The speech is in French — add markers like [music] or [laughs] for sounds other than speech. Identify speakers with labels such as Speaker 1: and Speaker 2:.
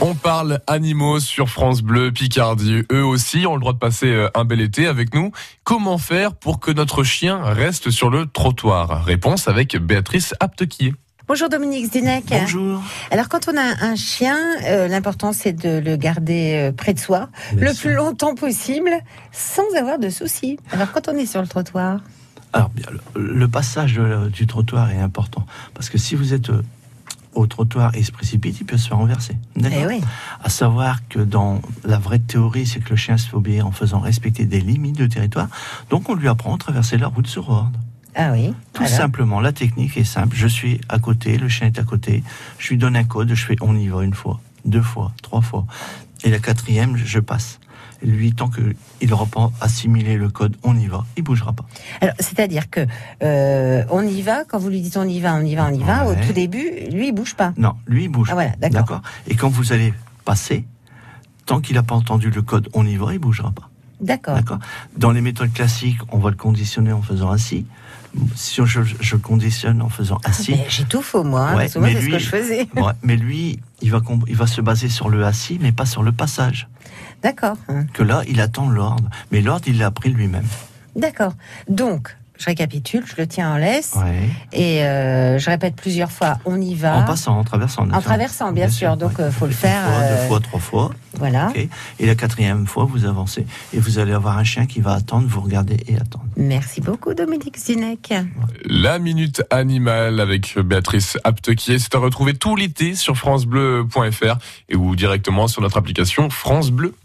Speaker 1: On parle animaux sur France Bleu, Picardie. Eux aussi ont le droit de passer euh, un bel été avec nous. Comment faire pour que notre chien reste sur le trottoir Réponse avec Béatrice Aptequier.
Speaker 2: Bonjour Dominique Zdenek.
Speaker 3: Bonjour.
Speaker 2: Alors quand on a un chien, euh, l'important c'est de le garder euh, près de soi
Speaker 3: Bien
Speaker 2: le
Speaker 3: sûr.
Speaker 2: plus longtemps possible sans avoir de soucis. Alors quand on est sur le trottoir,
Speaker 3: [laughs] Alors, Ah, bien, le, le passage euh, du trottoir est important parce que si vous êtes euh, au trottoir et il se précipite, il peut se faire renverser.
Speaker 2: eh
Speaker 3: D'accord
Speaker 2: oui,
Speaker 3: À savoir que dans la vraie théorie, c'est que le chien se fait obéir en faisant respecter des limites de territoire. Donc, on lui apprend à traverser la route sur ordre.
Speaker 2: ah oui,
Speaker 3: Tout
Speaker 2: Alors,
Speaker 3: simplement, la technique est simple. Je suis à côté, le chien est à côté. Je lui donne un code, je fais on y va une fois, deux fois, trois fois. Et la quatrième, je passe. Et lui, tant qu'il n'aura pas assimilé le code, on y va, il bougera pas.
Speaker 2: Alors, c'est-à-dire que euh, on y va quand vous lui dites on y va, on y va, on y va. Au
Speaker 3: Ouais.
Speaker 2: tout début, lui il bouge pas.
Speaker 3: Non, lui, il bouge.
Speaker 2: Ah voilà, d'accord.
Speaker 3: D'accord. Et quand vous allez passer, tant qu'il n'a pas entendu le code, on y va, il bougera pas.
Speaker 2: D'accord.
Speaker 3: D'accord. Dans les méthodes classiques, on va le conditionner en faisant ainsi. Si je, je le conditionne en faisant
Speaker 2: Ah,
Speaker 3: ainsi,
Speaker 2: Mais J'étouffe au moins, hein,
Speaker 3: Ouais,
Speaker 2: parce que moi
Speaker 3: mais
Speaker 2: c'est ce que
Speaker 3: lui-
Speaker 2: je faisais. [laughs]
Speaker 3: [laughs] ouais, mais lui, il va, comp- il va se baser sur le assis, mais pas sur le passage.
Speaker 2: D'accord. hein.
Speaker 3: Que là, il attend l'ordre. Mais l'ordre, il l'a pris lui-même.
Speaker 2: D'accord. Donc, je récapitule, je le tiens en laisse
Speaker 3: Ouais.
Speaker 2: et euh, je répète plusieurs fois on y va.
Speaker 3: En passant, en traversant.
Speaker 2: Ah. En traversant, bien, sûr. Donc,
Speaker 3: ouais.
Speaker 2: euh, faut le
Speaker 3: Une
Speaker 2: faire.
Speaker 3: fois,
Speaker 2: euh,
Speaker 3: deux fois, trois fois.
Speaker 2: Voilà.
Speaker 3: Ok. Et la quatrième fois, vous avancez. Et vous allez avoir un chien qui va attendre, vous regarder et attendre.
Speaker 2: Merci beaucoup, Dominique Zinek.
Speaker 1: La Minute Animale avec Béatrice Aptequier. C'est à retrouver tout l'été sur francebleu.fr et ou directement sur notre application France Bleu.